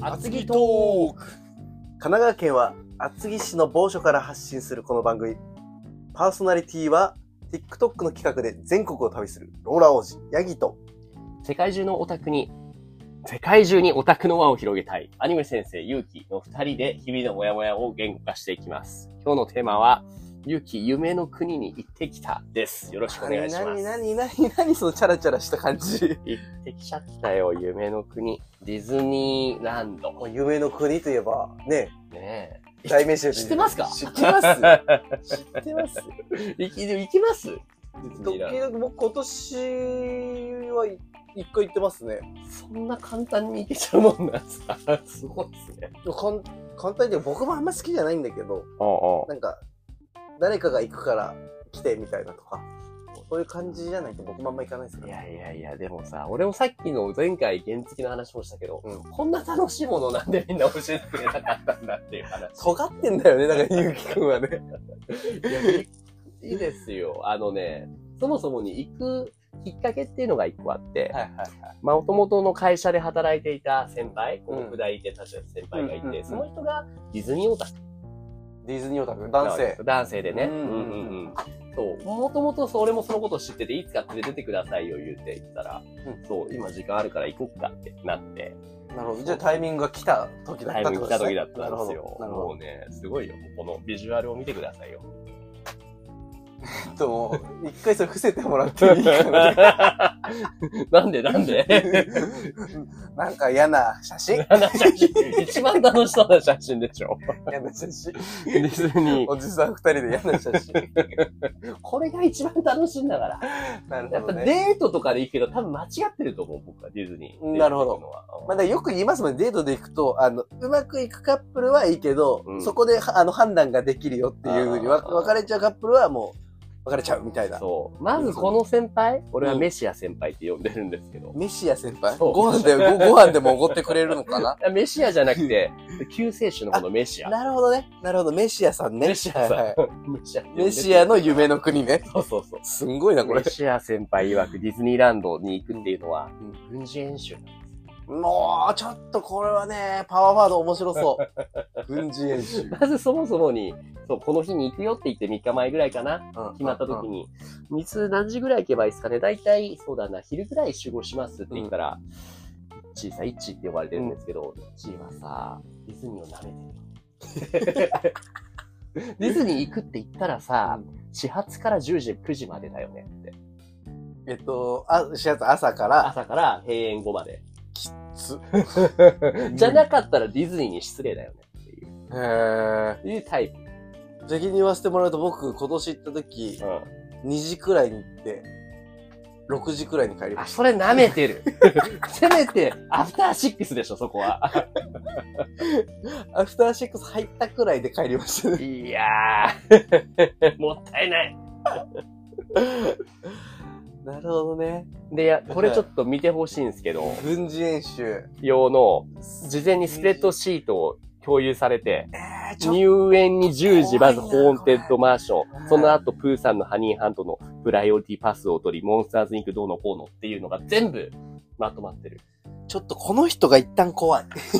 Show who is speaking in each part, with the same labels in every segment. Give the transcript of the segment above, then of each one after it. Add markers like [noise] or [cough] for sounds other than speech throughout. Speaker 1: 厚木トーク
Speaker 2: 神奈川県は厚木市の某所から発信するこの番組。パーソナリティは TikTok の企画で全国を旅するローラ王子、ヤギと。
Speaker 1: 世界中のオタクに、世界中にオタクの輪を広げたい、アニメ先生、ゆうきの二人で日々のモヤモヤを言語化していきます。今日のテーマは、ゆうき夢の国に行ってきたです。よろしくお願いします。
Speaker 2: 何、何、何、何、そのチャラチャラした感じ。
Speaker 1: 行ってきちゃったよ、夢の国。ディズニーランド。
Speaker 2: もう夢の国といえば、ね、
Speaker 1: ね
Speaker 2: 代名詞です
Speaker 1: 知ってますか
Speaker 2: 知ってます。 [laughs] 知ってます。
Speaker 1: え。行き、行きます
Speaker 2: 時々僕今年は一回行ってますね。
Speaker 1: そんな簡単に行けちゃうもんなんすか [laughs] すごいっすね。
Speaker 2: かん簡単に言うと僕もあんま好きじゃないんだけど、
Speaker 1: お
Speaker 2: なんか、誰かが行くから来てみたいなとか、そういう感じじゃないと僕もあんま行かないですか
Speaker 1: い
Speaker 2: ら。
Speaker 1: やいやいや、でもさ、俺もさっきの前回原付の話もしたけど、
Speaker 2: うん
Speaker 1: こんな楽しいものなんでみんな教えてくれなかったんだっていう話。
Speaker 2: 尖ってんだよね、なんか、ゆうきくんはね。
Speaker 1: [laughs] いやいいいですよ。あのね、そもそもに行くきっかけっていうのが一個あって、
Speaker 2: はいはい。
Speaker 1: まあ、元々の会社で働いていた先輩、
Speaker 2: うん
Speaker 1: 国大で確か先輩がいて、
Speaker 2: うんうんうん
Speaker 1: その人がディズニーオタク
Speaker 2: ディズニーオタク、
Speaker 1: な
Speaker 2: 男
Speaker 1: わけで
Speaker 2: 性
Speaker 1: す。よ。男性でね。
Speaker 2: う
Speaker 1: うんんう
Speaker 2: う
Speaker 1: んん
Speaker 2: うん
Speaker 1: うん。そう。もともとそ俺もそのことを知ってて、いつか連れてってくださいよ言って言ったら、
Speaker 2: う
Speaker 1: そう、今時間あるから行こっかってなって、
Speaker 2: なるほど。じゃあタイミングが来た時だ
Speaker 1: タ
Speaker 2: っ
Speaker 1: イ
Speaker 2: た
Speaker 1: ム
Speaker 2: って
Speaker 1: 来
Speaker 2: ことで
Speaker 1: た
Speaker 2: すね。
Speaker 1: 時だったんですよ。
Speaker 2: なるほ
Speaker 1: もうね、すごいよ。このビジュアルを見てくださ
Speaker 2: [laughs]
Speaker 1: いよ。
Speaker 2: ど。もう、一回それ伏せてもらっていいかな。
Speaker 1: なんでなんで
Speaker 2: [laughs] なんか嫌な写真
Speaker 1: あの写真一番楽しそうな写真でしょ。
Speaker 2: 嫌な写真。
Speaker 1: ディズニー。
Speaker 2: [laughs] おじさん二人で嫌な写真。
Speaker 1: これが一番楽しいんだから。
Speaker 2: [laughs] なる
Speaker 1: やっ
Speaker 2: ほど
Speaker 1: ぱ
Speaker 2: ね。
Speaker 1: デートとかで行くけど、多分間違ってると思う、僕は、ディズニー。
Speaker 2: なるほど
Speaker 1: デートっていうのは
Speaker 2: まあ、だからよく言いますもんね、デートで行くと、あの、うまくいくカップルはいいけど、
Speaker 1: うん
Speaker 2: そこで、あの、判断ができるよっていうふうに、わ
Speaker 1: あー
Speaker 2: 別れちゃうカップルはもう、別れちゃうみたいな。
Speaker 1: そう。まずこの先輩、俺はメシア先輩って呼んでるんですけど。
Speaker 2: メシア先輩
Speaker 1: そう
Speaker 2: ご飯で、
Speaker 1: [laughs]
Speaker 2: ごご飯でもおごってくれるのかな
Speaker 1: メシアじゃなくて、救世主のこのメシア。
Speaker 2: なるほどね。なるほど。メシアさんね。
Speaker 1: メシアさん。
Speaker 2: はいはい
Speaker 1: メシアって呼んでる
Speaker 2: メシアの夢の国ね。
Speaker 1: そうそうそう。
Speaker 2: すんごいな、これ
Speaker 1: メ。シア先輩曰くディズニーランドに行くっていうのは、軍事演習。
Speaker 2: もう、ちょっとこれはね、パワーワード面白
Speaker 1: [laughs]
Speaker 2: そう。軍事演習。
Speaker 1: まずそもそもに、そう、この日に行くよって言って3日前ぐらいかな、決まった時
Speaker 2: に。
Speaker 1: に、水何時ぐらい行けばいいですかね、大体、そうだな、昼ぐらい集合しますって言ったら、イッチーさ、イッチーって呼ばれてるんですけど、イッチーはさ、ディズニーを舐めてる。 [laughs] ディズニー行くって言ったらさ、始発から10時、9時までだよねって。
Speaker 2: えっと、あ、4月朝から、
Speaker 1: 朝から閉園後まで。 [laughs]
Speaker 2: つ、
Speaker 1: じゃなかったらディズニーに失礼だよねっていう。
Speaker 2: へー。
Speaker 1: いうタイプ。
Speaker 2: 先に言わせてもらうと僕今年行った時2時くらいに行って6時くらいに帰りま
Speaker 1: あ、
Speaker 2: し
Speaker 1: それ舐めて [laughs] る。せめて、アフターシックスでしょ、そこは。
Speaker 2: たアフターシックス入ったくらいで帰りましたね [laughs]
Speaker 1: いやー、 [laughs] もったいない。
Speaker 2: なるほどね
Speaker 1: で、やこれちょっと見てほしいんですけど、
Speaker 2: 軍事演習
Speaker 1: 用の、事前にスプレッドシートを共有されて、
Speaker 2: えー、ちょっ
Speaker 1: 入園に10時、まず
Speaker 2: 怖いな
Speaker 1: ホーンテッドマンショ
Speaker 2: これ
Speaker 1: ン、その後プーさんのハニーハントのプライオリティパスを取り、モンスターズインクどうのこうのっていうのが全部まとまってる。
Speaker 2: ちょっとこの人が一旦怖い [laughs] す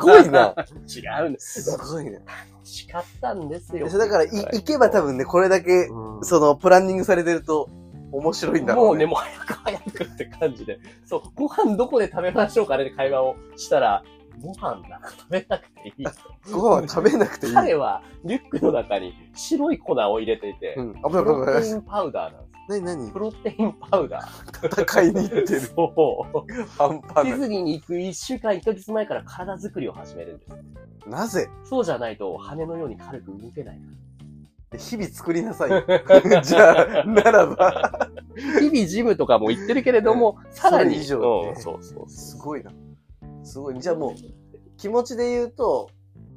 Speaker 2: ごいな。
Speaker 1: 違うんです。
Speaker 2: すごいね
Speaker 1: 誓ったんですよ。
Speaker 2: そうだからい行けば多分ねこれだけ
Speaker 1: うん、
Speaker 2: そのプランニングされてると面白いんだろ
Speaker 1: も
Speaker 2: う
Speaker 1: うね、
Speaker 2: ね
Speaker 1: もう早く早くって感じで。そう、ご飯どこで食べましょうかねって会話をしたら、ご飯なんか食べなくていい。
Speaker 2: ご飯は食べなくていい、うん、危
Speaker 1: 彼はリュックの中に白い粉を入れていて、
Speaker 2: な
Speaker 1: プ
Speaker 2: い危
Speaker 1: ロ
Speaker 2: ない
Speaker 1: テ
Speaker 2: 危
Speaker 1: イ
Speaker 2: ない
Speaker 1: ンパウダーなんです。
Speaker 2: 何何
Speaker 1: プロテインパウダー。
Speaker 2: 戦いに行って
Speaker 1: [laughs]
Speaker 2: る
Speaker 1: そう。
Speaker 2: アンパ
Speaker 1: ディ
Speaker 2: ン
Speaker 1: ズニーに行く1週間1ヶ月前から体作りを始めるんです。
Speaker 2: マンなぜ
Speaker 1: そうじゃないと羽のように軽く動けない。
Speaker 2: 日々作りなさい [laughs] よ。じゃあ、ならば。
Speaker 1: 日々ジムとかも行ってるけれども、さらに。
Speaker 2: それ以上
Speaker 1: うんそうそうそ
Speaker 2: すごいな。すごい。じゃあもう、気持ちで言うと、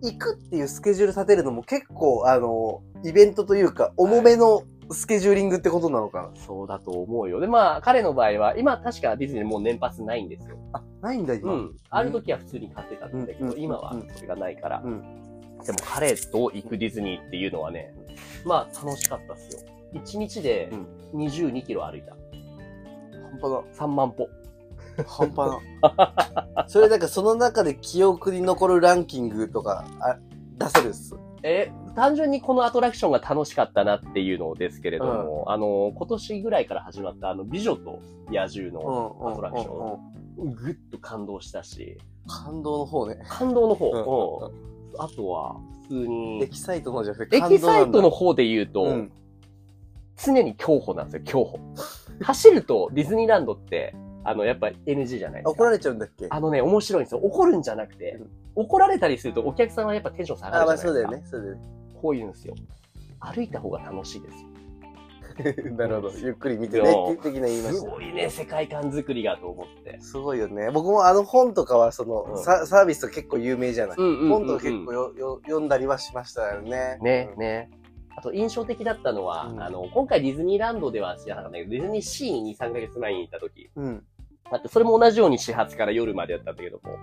Speaker 2: 行くっていうスケジュール立てるのも結構、あの、イベントというか、重めのスケジューリングってことなのかな。
Speaker 1: う。そうだと思うよ。で、まあ、彼の場合は、今確かディズニーもう年パスないんですよ。
Speaker 2: あ、ないんだ、
Speaker 1: う
Speaker 2: 今。
Speaker 1: ん、ある時は普通に買ってたんだけ
Speaker 2: うん
Speaker 1: ど、
Speaker 2: うん
Speaker 1: 今はそれがないから、
Speaker 2: う
Speaker 1: でも彼と行くディズニーっていうのはね、まあ楽しかったっすよ。1日で
Speaker 2: うん
Speaker 1: 22キロ歩いた。
Speaker 2: 半端
Speaker 1: 3万歩。
Speaker 2: 半端な。 [laughs] それなんかその中で記憶に残るランキングとか、あ出せるっす。
Speaker 1: えー単純にこのアトラクションが楽しかったなっていうのですけれども、あの、今年ぐらいから始まった、あの、美女と野獣
Speaker 2: うん
Speaker 1: の、
Speaker 2: うんうんうん
Speaker 1: アトラクショぐっと感動したし、
Speaker 2: 感動の方ね。
Speaker 1: 感動の方、
Speaker 2: う
Speaker 1: うんあとは、普通
Speaker 2: エ
Speaker 1: に、
Speaker 2: キサイトの方じゃなくて
Speaker 1: エ
Speaker 2: 感
Speaker 1: キ
Speaker 2: 動な
Speaker 1: サ
Speaker 2: ん
Speaker 1: イ
Speaker 2: だ
Speaker 1: トの方で言うと、
Speaker 2: うん。
Speaker 1: 常に競歩なんですよ、競歩。走るとディズニーランドって、あの、やっぱ NG じゃないです
Speaker 2: 怒
Speaker 1: か。
Speaker 2: られちゃうんだっけ
Speaker 1: あのね、面白いんですよ。怒るんじゃなくて
Speaker 2: うん、
Speaker 1: 怒られたりするとお客さんはやっぱテンション下が
Speaker 2: あ、
Speaker 1: るじ
Speaker 2: ま
Speaker 1: ゃない
Speaker 2: あ
Speaker 1: です
Speaker 2: そ
Speaker 1: か。
Speaker 2: うだよね。そうだよね
Speaker 1: こういうんですよ。歩いた方が楽しいですよ。。
Speaker 2: [laughs] なるほど。ゆっくり見てね
Speaker 1: そう。
Speaker 2: 的な言いまし
Speaker 1: す
Speaker 2: た。
Speaker 1: ごいね、世界観作りがと思って。
Speaker 2: すごいよね。僕もあの本とかは、その、
Speaker 1: うん
Speaker 2: ササービスと結構有名じゃない。
Speaker 1: ん
Speaker 2: 本とか結構よよ読んだりはしましたよね。
Speaker 1: ね
Speaker 2: う、ん
Speaker 1: ね。あと印象的だったのは、
Speaker 2: うん
Speaker 1: あの、今回ディズニーランドでは知らなかったけど、ディズニーシーに2、3ヶ月前に行った時、
Speaker 2: うん。
Speaker 1: だってそれも同じように始発から夜までやったんだけども、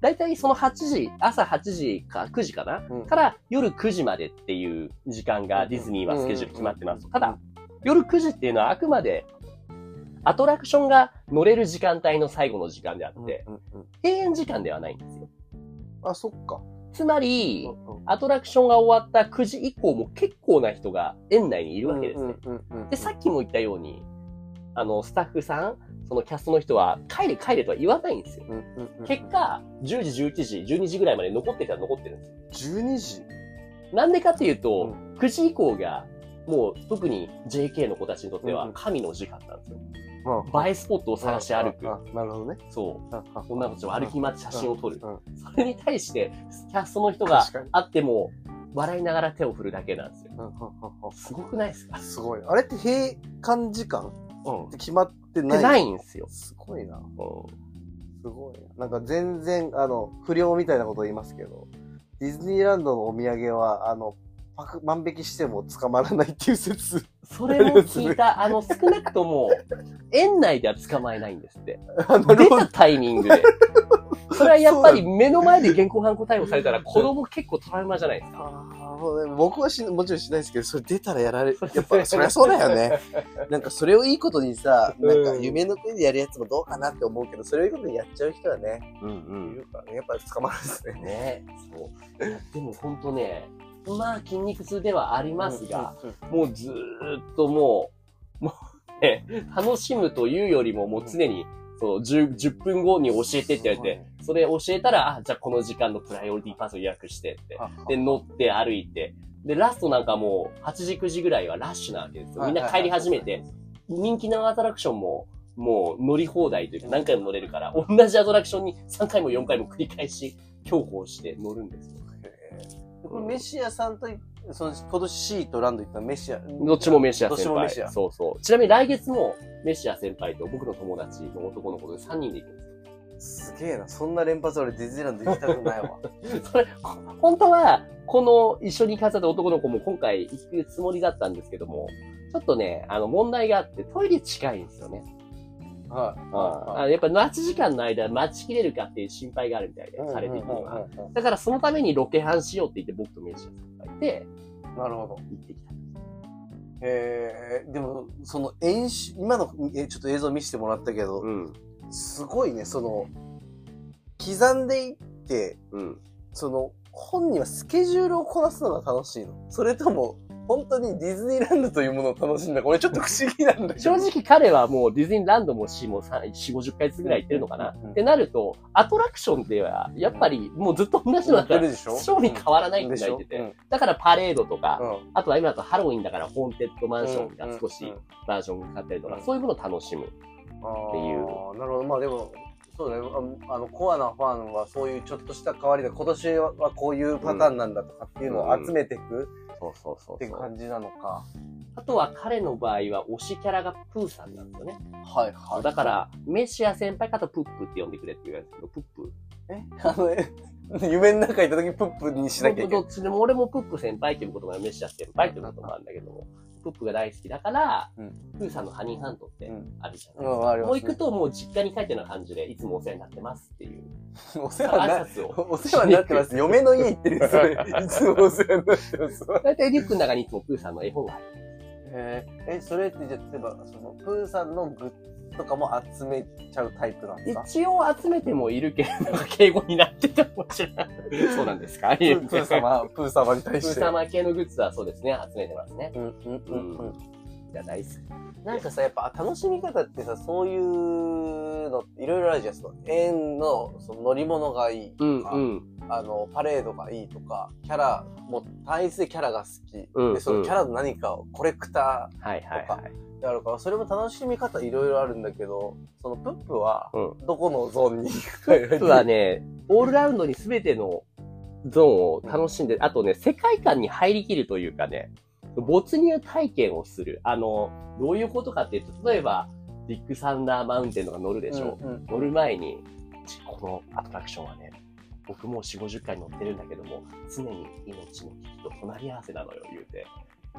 Speaker 1: 大体その8時、朝8時か9時かな、
Speaker 2: うん
Speaker 1: から夜9時までっていう時間がディズニーはスケジュール決まってます。
Speaker 2: うん
Speaker 1: ただ、夜9時っていうのはあくまでアトラクションが乗れる時間帯の最後の時間であって、
Speaker 2: うんうんうん
Speaker 1: 閉園時間ではないんですよ。
Speaker 2: あ、そっか。
Speaker 1: つまり、アトラクションが終わった9時以降も結構な人が園内にいるわけですね。で、さっきも言ったように、あの、スタッフさん、そのキャストの人は、帰れ帰れとは言わないんですよ。結果、10時、11時、12時ぐらいまで残ってたら残ってるんですよ。
Speaker 2: 12時
Speaker 1: なんでかっていう
Speaker 2: う
Speaker 1: と、9時以降が、もう特に JK の子たちにとっては神の時間なんですよ。映えスポットを探して歩く。
Speaker 2: あなるほどね。
Speaker 1: そう。
Speaker 2: ああ
Speaker 1: 女の子たちを歩き回って写真を撮る
Speaker 2: う。ん
Speaker 1: それに対して、キャストの人が
Speaker 2: 確かに
Speaker 1: あっても、笑いながら手を振るだけなんですよ。
Speaker 2: うんうんうん
Speaker 1: すごくないですか
Speaker 2: うんすごい。あれって閉館時間っ
Speaker 1: うん。って
Speaker 2: 決まってない
Speaker 1: てないんですよ。
Speaker 2: すごいな。
Speaker 1: う
Speaker 2: すごいな。なんか全然、あの、不良みたいなこと言いますけど、ディズニーランドのお土産は、あの、パク、万引きしても捕まらないっていう説。 [laughs]
Speaker 1: ん。それも聞いた、あの、少なくとも、園内では捕まえないんですって。
Speaker 2: あなる
Speaker 1: 出
Speaker 2: ほど
Speaker 1: たタイミングで。それはやっぱり目の前で現行犯行逮捕されたら子供結構トラウマじゃないですか。
Speaker 2: あー僕はしもちろんしないですけど、それ出たらやられる。やっぱ、そりゃそうだ
Speaker 1: [laughs]
Speaker 2: よね。なんか、それをいいことにさ、なんか、
Speaker 1: うん
Speaker 2: 夢の国でやるやつもどうかなって思うけど、それをいいことにやっちゃう人はね、
Speaker 1: うん
Speaker 2: いるからね、やっぱ捕まるんですね。
Speaker 1: ねそう。いやでも本当ね、まあ筋肉痛ではありますが、もうずーっともう、もうね、楽しむというよりももう常に、そう、10, 10分後に教えてって言われて、それ教えたら、あ、じゃあこの時間のプライオリティパスを予約してって。
Speaker 2: あ、
Speaker 1: で、乗って歩いて。で、ラストなんかもう、8時9時ぐらいはラッシュなわけですよ。みんな帰り始めて、人気なアトラクションも、もう乗り放題というか何回も乗れるから、同じアトラクションに3回も4回も繰り返し、強行して乗るんですよ。
Speaker 2: でこれメシアさんとい、その、今年シーとランド行ったメシア。
Speaker 1: ど
Speaker 2: ど
Speaker 1: っちもメシア
Speaker 2: どっ
Speaker 1: 先
Speaker 2: ちも
Speaker 1: 輩。
Speaker 2: メシア。
Speaker 1: そうそう。ちなみに来月も、メシア先輩と僕の友達の男の子で3人で行くんです
Speaker 2: げえな。そんな連発俺ディズニーランド行きたくないわ。
Speaker 1: す。それ、こ本当は、この一緒に飾った男の子も今回行くつもりだったんですけども、ちょっとね、あの問題があって、トイレ近いんですよね。あ
Speaker 2: は
Speaker 1: あやっぱ待ち時間の間待ちきれるかっていう心配があるみたいで、
Speaker 2: い。
Speaker 1: 彼的には。
Speaker 2: うんうんうん
Speaker 1: だからそのためにロケハンしようって言って僕とメイシさんがいて、
Speaker 2: うんなるほ
Speaker 1: 行
Speaker 2: ど。
Speaker 1: ってきた。
Speaker 2: えー、でも、その演習、今の、えちょっと映像見せてもらったけど、
Speaker 1: ん。
Speaker 2: すごいね、その、刻んでいって、
Speaker 1: うん。
Speaker 2: その、本人はスケジュールをこなすのが楽しいのそれとも、本当にディズニーランドというものを楽しんだか俺ちょっと不思議なんだけど。
Speaker 1: 正直彼はもうディズニーランドもしも4、50回ずつぐらい行ってるのかな。
Speaker 2: うんうんうん
Speaker 1: ってなると、アトラクションでは、やっぱりもうずっと同じのだか
Speaker 2: やって
Speaker 1: ら、
Speaker 2: るでしょ
Speaker 1: ショーに変わらないって
Speaker 2: でし
Speaker 1: 言っ
Speaker 2: ょ
Speaker 1: てて。だからパレードとか、
Speaker 2: うん
Speaker 1: あとは今だとハロウィンだからホーンテッドマンション
Speaker 2: う
Speaker 1: が
Speaker 2: ん
Speaker 1: 少し
Speaker 2: うん
Speaker 1: バージョンがかかったりと
Speaker 2: う
Speaker 1: か、
Speaker 2: ん
Speaker 1: そういうものを楽しむ。
Speaker 2: って
Speaker 1: いう
Speaker 2: なるほど。まあでも、そうだね。ああの、コアなファンはそういうちょっとした変わりで、今年はこういうパターンなんだとかっていうのを集めていく
Speaker 1: そうそうそう
Speaker 2: っていう感じなのか。
Speaker 1: あとは彼の場合は推しキャラがプーさんなんですよね。
Speaker 2: はいは
Speaker 1: だから、メシア先輩方プップって呼んでくれって言われるんですけど、プップ。
Speaker 2: え [laughs] あの、え夢の中行った時プップにしなきゃいけな
Speaker 1: ど
Speaker 2: い。
Speaker 1: っちでも、俺もプップ先輩っていうことがメシア先輩っていうこともあるんだけども、プップが大好きだから、
Speaker 2: うん
Speaker 1: プーさんのハニーハントって
Speaker 2: うん
Speaker 1: あるじゃ
Speaker 2: う
Speaker 1: ないですか。
Speaker 2: ん、ありま
Speaker 1: もう
Speaker 2: す、
Speaker 1: 行くともう実家に帰ってるような感じで、いつもお世話になってますって [laughs] いう。
Speaker 2: お世話にな
Speaker 1: 挨、拶を。
Speaker 2: [laughs] お世話になってます。嫁の家行ってるよ、
Speaker 1: [laughs]
Speaker 2: それ。いつもお世話になってます。
Speaker 1: 大体リュックの中にいつもプーさんの絵本が入ってる
Speaker 2: え、それってじゃあ、例えば、その、プーさんのグッとかも集めちゃうタイプなんですか
Speaker 1: 一応集めてもいるけれど、敬語になってたかもしれない。 [laughs] そうなんですかプ
Speaker 2: プープー様、プー様に対
Speaker 1: プ
Speaker 2: し
Speaker 1: ー
Speaker 2: て。
Speaker 1: 様系のグッズはそうですね、集めてますね。
Speaker 2: うんうんうんうん。
Speaker 1: じゃないです。
Speaker 2: なんかさ、やっぱ楽しみ方ってさ、そういうのっていろいろあるじゃん。その園のその乗り物がいいと
Speaker 1: うん
Speaker 2: か、
Speaker 1: うん。
Speaker 2: あの、パレードがいいとか、キャラ、もう単一でキャラが好き。
Speaker 1: うん
Speaker 2: で、そのキャラの何かをコレクタ
Speaker 1: はいはいはい。
Speaker 2: ーであるから、それも楽しみ方いろいろあるんだけど、そのプップは
Speaker 1: う、
Speaker 2: どこのゾーンに行くかより
Speaker 1: 僕は、ね、オールラウンドに全てのゾーンを楽しんで、あとね、世界観に入りきるというかね、没入体験をする。あの、どういうことかっていうと、例えば、ビッグサンダーマウンテンとか乗るでしょ。
Speaker 2: うんうん
Speaker 1: 乗る前に、ちこのアトラクションはね、僕もう4、50回乗ってるんだけども、常に命の危機と隣り合わせなのよ、言うて。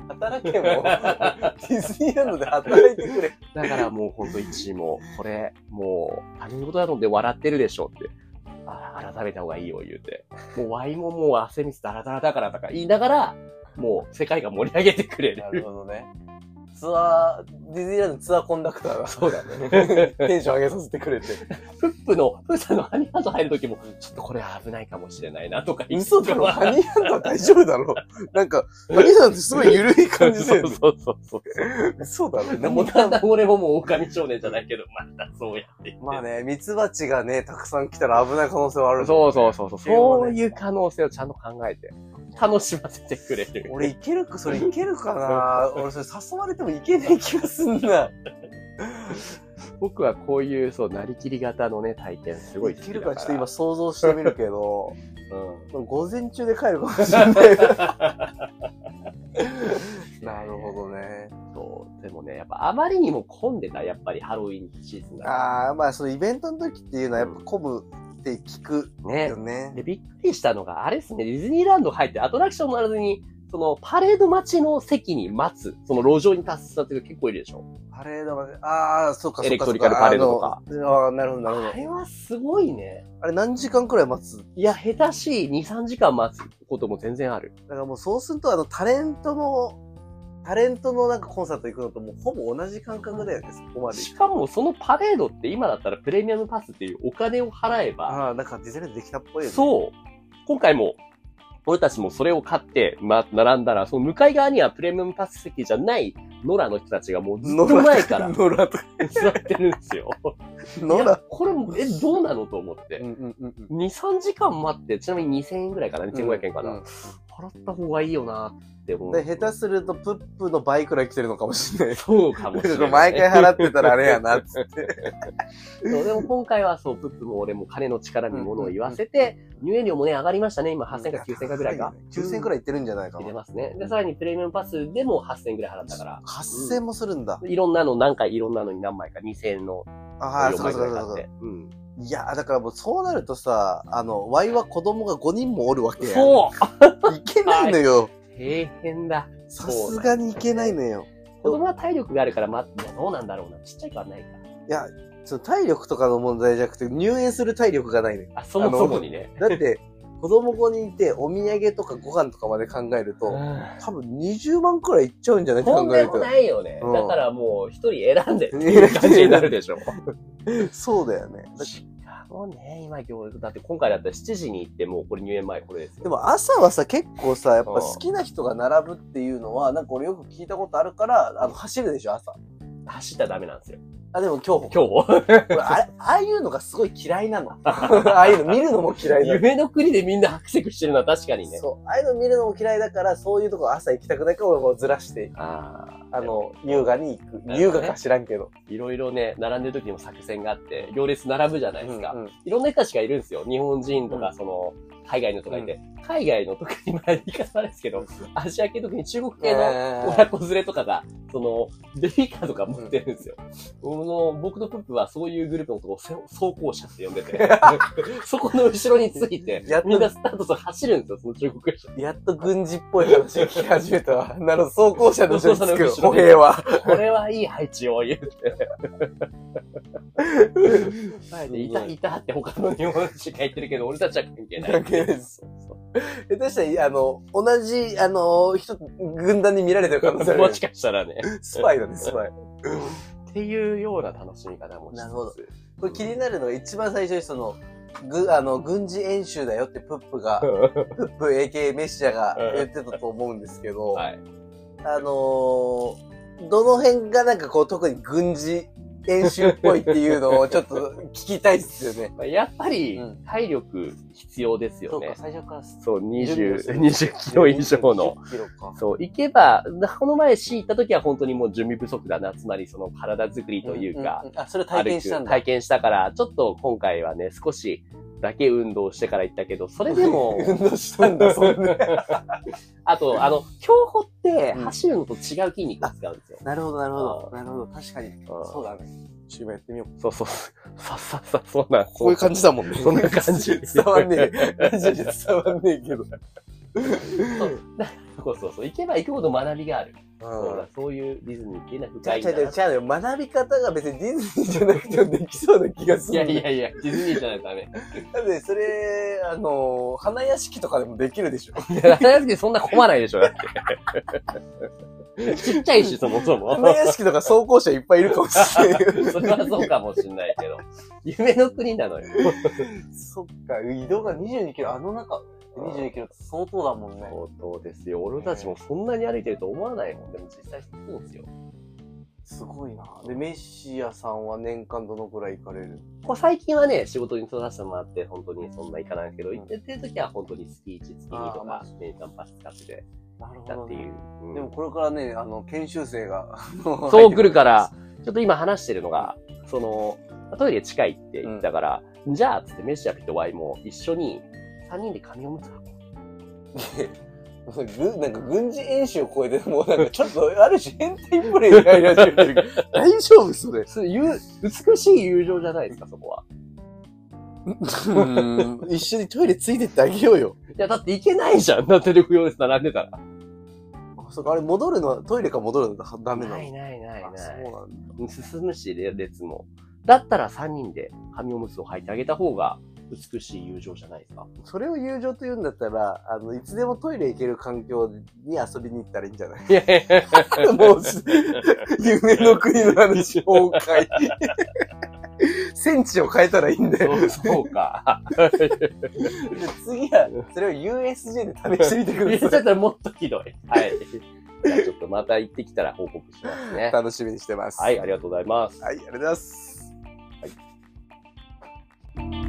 Speaker 2: 働
Speaker 1: [laughs]
Speaker 2: けも、ディズニーランドで働いてくれ。
Speaker 1: だからもうほんと1位も、これ、もう、他人事なので笑ってるでしょって。あ改めた方がいいよ、言うて。もう、ワイももう汗水ダラダラだからとか言いながら、もう、世界が盛り上げてくれ
Speaker 2: なる
Speaker 1: る。
Speaker 2: ほどね。ツアー、ディズニーランドのツアーコンダクターが。
Speaker 1: そうだ [laughs] ね。
Speaker 2: テンション上げさせてくれて。
Speaker 1: フップの、フーさんのハニーハート入るときも、ちょっとこれ危ないかもしれないなとか言って
Speaker 2: 嘘だろハニーハンドは大丈夫だろなんか、ハニーハンドってすごい緩い感じ
Speaker 1: そ
Speaker 2: で
Speaker 1: う。そうそうそう。
Speaker 2: 嘘だろ
Speaker 1: でもだんだん俺ももう狼少年じゃないけど、またそうやって言って。
Speaker 2: まあね、ミツバチがね、たくさん来たら危ない可能性はある。
Speaker 1: そうそうそうそう。
Speaker 2: っていうの
Speaker 1: そ
Speaker 2: は
Speaker 1: う
Speaker 2: ね
Speaker 1: いう可能性をちゃんと考えて、楽しませてくれる。
Speaker 2: 俺いけるか、それいけるか
Speaker 1: [laughs]
Speaker 2: な俺それ誘われてもいけない気がすんな。
Speaker 1: 僕はこういう、そう、なりきり型のね、体験、すごい
Speaker 2: い
Speaker 1: 好
Speaker 2: け
Speaker 1: きだ
Speaker 2: る
Speaker 1: から。
Speaker 2: かちょっと今想像してみるけど、
Speaker 1: うん。
Speaker 2: 午前中で帰るかも
Speaker 1: [laughs]
Speaker 2: しれない。なるほどね。
Speaker 1: そう。でもね、やっぱあまりにも混んでた、やっぱりハロウィンシーズンが。
Speaker 2: ああ、まあそのイベントの時っていうのはやっぱ混むって聞く
Speaker 1: ね
Speaker 2: よ。ね。
Speaker 1: で、びっくりしたのが、あれですね、ディズニーランド入ってアトラクション乗らずに、そのパレード待ちの席に待つ、その路上に立つ人って結構いるでしょ。
Speaker 2: パレードがね、ああ、そうかそうかそうか。
Speaker 1: エレクトリカルパレードとか
Speaker 2: あの。ああ、なるほど、なるほど
Speaker 1: あ。れはすごいね。
Speaker 2: あれ何時間くらい待つ
Speaker 1: いや、下手しい2、3時間待つことも全然ある。
Speaker 2: だからもうそうすると、あの、タレントの、タレントのなんかコンサート行くのともうほぼ同じ感覚だよね、そこまで行
Speaker 1: し
Speaker 2: く。
Speaker 1: かも、そのパレードって今だったらプレミアムパスっていうお金を払えば、
Speaker 2: ああ、なんかディズニーランドできたっぽいよね。う。
Speaker 1: そう。今回も、俺たちもそれを買って、ま、並んだら、その向かい側にはプレミアムパス席じゃない野良の人たちがもうずっと前から [laughs]
Speaker 2: ノラとか。
Speaker 1: 座ってるんですよ。
Speaker 2: ノ
Speaker 1: いや
Speaker 2: ラ。
Speaker 1: これも、え、どうなのと思って。
Speaker 2: んうんうん
Speaker 1: 2、3時間待って、ちなみに2000円ぐらいかな、2500円かな。
Speaker 2: うん
Speaker 1: 払った方がいいよなって思う。
Speaker 2: で、下手するとプップの倍くらい来てるのかもしれない。
Speaker 1: そうかもし
Speaker 2: [laughs]
Speaker 1: れない。
Speaker 2: 毎回払ってたらあれ
Speaker 1: [laughs]
Speaker 2: やな、つって。
Speaker 1: そうでも今回はそう、プップも俺も金の力に物を言わせて、入園料もね、上がりましたね。今8000か9000かぐらいか。
Speaker 2: 9000くらい行ってるんじゃないか
Speaker 1: 入
Speaker 2: な
Speaker 1: れ。ますね。で、さらにプレミアムパスでも8000ぐらい払ったから。
Speaker 2: 8000もするんだ。
Speaker 1: いろんなの、何回いろんなのに何枚か、2000の
Speaker 2: ああ、
Speaker 1: 4
Speaker 2: そう
Speaker 1: 枚
Speaker 2: そ
Speaker 1: ぐら
Speaker 2: う
Speaker 1: い
Speaker 2: そう
Speaker 1: 買って。。
Speaker 2: そう
Speaker 1: うん
Speaker 2: いや、だからもうそうなるとさ、あの、ワイは子供が5人もおるわけや。
Speaker 1: そうあ
Speaker 2: ういけないのよ。
Speaker 1: 大変だ。
Speaker 2: さすがにいけないのよ。
Speaker 1: 子供は体力があるから、ま、いやどうなんだろうな。ちっちゃい子はないか。
Speaker 2: いや、その体力とかの問題じゃなくて、入園する体力がないのよ。
Speaker 1: あ、そもそもにね。
Speaker 2: だ
Speaker 1: [laughs]
Speaker 2: って、子供5人いて、お土産とかご飯とかまで考える
Speaker 1: う
Speaker 2: と、
Speaker 1: ん
Speaker 2: 多分20万くらいいっちゃうんじゃない
Speaker 1: とん
Speaker 2: 考え
Speaker 1: で
Speaker 2: る
Speaker 1: もないよね。
Speaker 2: うん
Speaker 1: だからもう、一人選んでっていう感じになるで
Speaker 2: [laughs]
Speaker 1: しょ。
Speaker 2: と。そうだよね。だ
Speaker 1: しかもね、今行列、だって今回だったら7時に行って、もうこれ入園前これですよ。
Speaker 2: でも朝はさ、結構さ、やっぱ好きな人が並ぶっていうのは、なんか俺よく聞いたことあるから、あの、走るでしょ、朝。
Speaker 1: 走ったらダメなんですよ。
Speaker 2: あ、でも競
Speaker 1: [laughs]
Speaker 2: 歩。
Speaker 1: 今日
Speaker 2: 俺あれ、ああいうのがすごい嫌いなの。ああいうの見るのも嫌いなの。
Speaker 1: 夢の国でみんな白クしてるのは確かにね。
Speaker 2: そう。ああいうの見るのも嫌いだから、そういうとこ朝行きたくないから、俺もずらして、
Speaker 1: あ
Speaker 2: あの、優雅に行く。
Speaker 1: ね
Speaker 2: 優雅か知らんけど。
Speaker 1: あ。いろいろね、並んでる時にも作戦があって、行列並ぶじゃないですか。
Speaker 2: うんうん
Speaker 1: いろんな人たちがいるんですよ。日本人と
Speaker 2: う
Speaker 1: か、その、海外の人がいて。海外の、特にまあ言い方悪いですけど、アジア系特に中国系の親子連れとかが、その、ベビーカーとか持ってるんですよ。この僕のプップはそういうグループのことをせ走行車って呼んで
Speaker 2: [laughs]
Speaker 1: て、そこの後ろについて
Speaker 2: やっ、と
Speaker 1: みんなスタートと走るんですよ、その中国車。
Speaker 2: やっと軍事っぽい話を聞き始めたわ。なるほど、装甲車の後ろに
Speaker 1: 装
Speaker 2: つ
Speaker 1: 甲車の後ろ
Speaker 2: く
Speaker 1: に
Speaker 2: 歩兵
Speaker 1: [laughs]
Speaker 2: は。
Speaker 1: これはいい配置を言って。
Speaker 2: で
Speaker 1: いた、いたって他の日本人が言ってるけど、俺たちは関係ない。
Speaker 2: 関係ないです
Speaker 1: そうそう
Speaker 2: 下手したら、あの、同じ、あの、人、軍団に見られてる可能性あるよ
Speaker 1: [laughs] も
Speaker 2: ね
Speaker 1: し。かしたらね。
Speaker 2: スパイだね、スパイ。
Speaker 1: っっていうような楽しみ方もしつつ。
Speaker 2: なるほどこれ気になるのが一番最初にその、ぐ、あの、軍事演習だよってプップが、プップ AK メッシャーが言ってたと思うんですけ
Speaker 1: [laughs]
Speaker 2: ど、
Speaker 1: はい。
Speaker 2: あのーどの辺がなんかこう特に軍事演習っぽいっていうのをちょっと聞きたいっすよね。
Speaker 1: まあやっぱり
Speaker 2: うん
Speaker 1: 体力必要ですよね。
Speaker 2: 最初から
Speaker 1: そう、20、20キロ以上の。。
Speaker 2: 20キロか。
Speaker 1: そう、行けば、この前 C 行った時は本当にもう準備不足だな。つまりその体作りというか、
Speaker 2: んんん。あ、それ体験したんだ。
Speaker 1: 体験したから、ちょっと今回はね、少しだけ運動してから行ったけど、それでも、
Speaker 2: [laughs] 運動したんだ、そんな。
Speaker 1: あと、あの、競歩って
Speaker 2: うん
Speaker 1: 走るのと違う筋肉を使うんですよ。
Speaker 2: なるほど、なるほど
Speaker 1: う。
Speaker 2: なるほど。確かに。そうだね。ちょっと今やってみよう。
Speaker 1: そうそうそう。さっさっさ、そうなん
Speaker 2: こういう感じだもんね。
Speaker 1: そんな感
Speaker 2: [laughs]
Speaker 1: じ
Speaker 2: 伝わんねえ。マジで伝わんねえけど。
Speaker 1: そうそうそう。行けば行くほど学びがある。そう
Speaker 2: うん
Speaker 1: だそういうディズニー系な
Speaker 2: ちゃ
Speaker 1: 深
Speaker 2: う
Speaker 1: いん
Speaker 2: ちゃ
Speaker 1: だ
Speaker 2: うちゃ
Speaker 1: な
Speaker 2: うちゃうよ。学び方が別にディズニーじゃなくてもできそうな気がす
Speaker 1: い
Speaker 2: る
Speaker 1: や
Speaker 2: んだよ。
Speaker 1: いやいや、ディズニーじゃないとダメ。
Speaker 2: だってそれ、あの、花屋敷とかでもできるで [laughs] しょ。
Speaker 1: 花屋敷そんな混まないでしょ、だって。ちっちゃいし、そもそも。
Speaker 2: 花屋敷とか走行車いっぱいいるかもしれない。 [laughs]
Speaker 1: それはそうかもしんないけど。夢の国なのよ。
Speaker 2: そっか、移動が22キロ、あの中、22キロって相当だもんね。
Speaker 1: 相当ですよ。俺たちもそんなに歩いてると思わないもん。でも実際そうですよ。
Speaker 2: すごいな。で、メッシアさんは年間どのくらい行かれる
Speaker 1: こう最近はね、仕事に取らせてもらって、本当にそんな行かないけど、
Speaker 2: うん
Speaker 1: 行ってる時は本当に月1、月2と
Speaker 2: あーまあ
Speaker 1: か、年間パス使ってて、
Speaker 2: なる
Speaker 1: だっていう。うん
Speaker 2: でもこれからね、あの、研修生 [laughs] が、
Speaker 1: そう来るから。、ちょっと今話してるのが、その、トイレ近いって言ったから、じゃあ、つってメッシアピとワイも一緒に、3人で紙おむつ箱
Speaker 2: [laughs] ぐなんか軍事演習を超えて、もうなんかちょっと、ある種変態プレイになり始めてる。 [laughs] 大丈夫それ。
Speaker 1: そういう美しい友情じゃないですか、そこは。
Speaker 2: 一緒にトイレついてってあげようよ。
Speaker 1: いや、だって行けないじゃん、だって力用で並んでたら。
Speaker 2: そう [laughs] か、あれ戻るのは、トイレから戻るのはダメなの
Speaker 1: ないないない
Speaker 2: あそう
Speaker 1: な
Speaker 2: なんだ。
Speaker 1: い。進むし、列も。だったら3人で紙おむつを履いてあげた方が、美しい友情じゃないですか。
Speaker 2: それを友情と言うんだったら、あの、いつでもトイレ行ける環境に遊びに行ったらいいんじゃない
Speaker 1: いやいやいや
Speaker 2: もう、夢の国の話、崩壊。戦地を変えたらいいんだよ。
Speaker 1: そうそう [laughs] か。
Speaker 2: で次は、それを USJ で試してみて
Speaker 1: [laughs] いやちょっ
Speaker 2: ください。
Speaker 1: ともっとひどい。はい。じゃあちょっとまた行ってきたら報告しますね。
Speaker 2: 楽しみにしてます。
Speaker 1: はい、ありがとうございます。
Speaker 2: はい、ありがとうございます。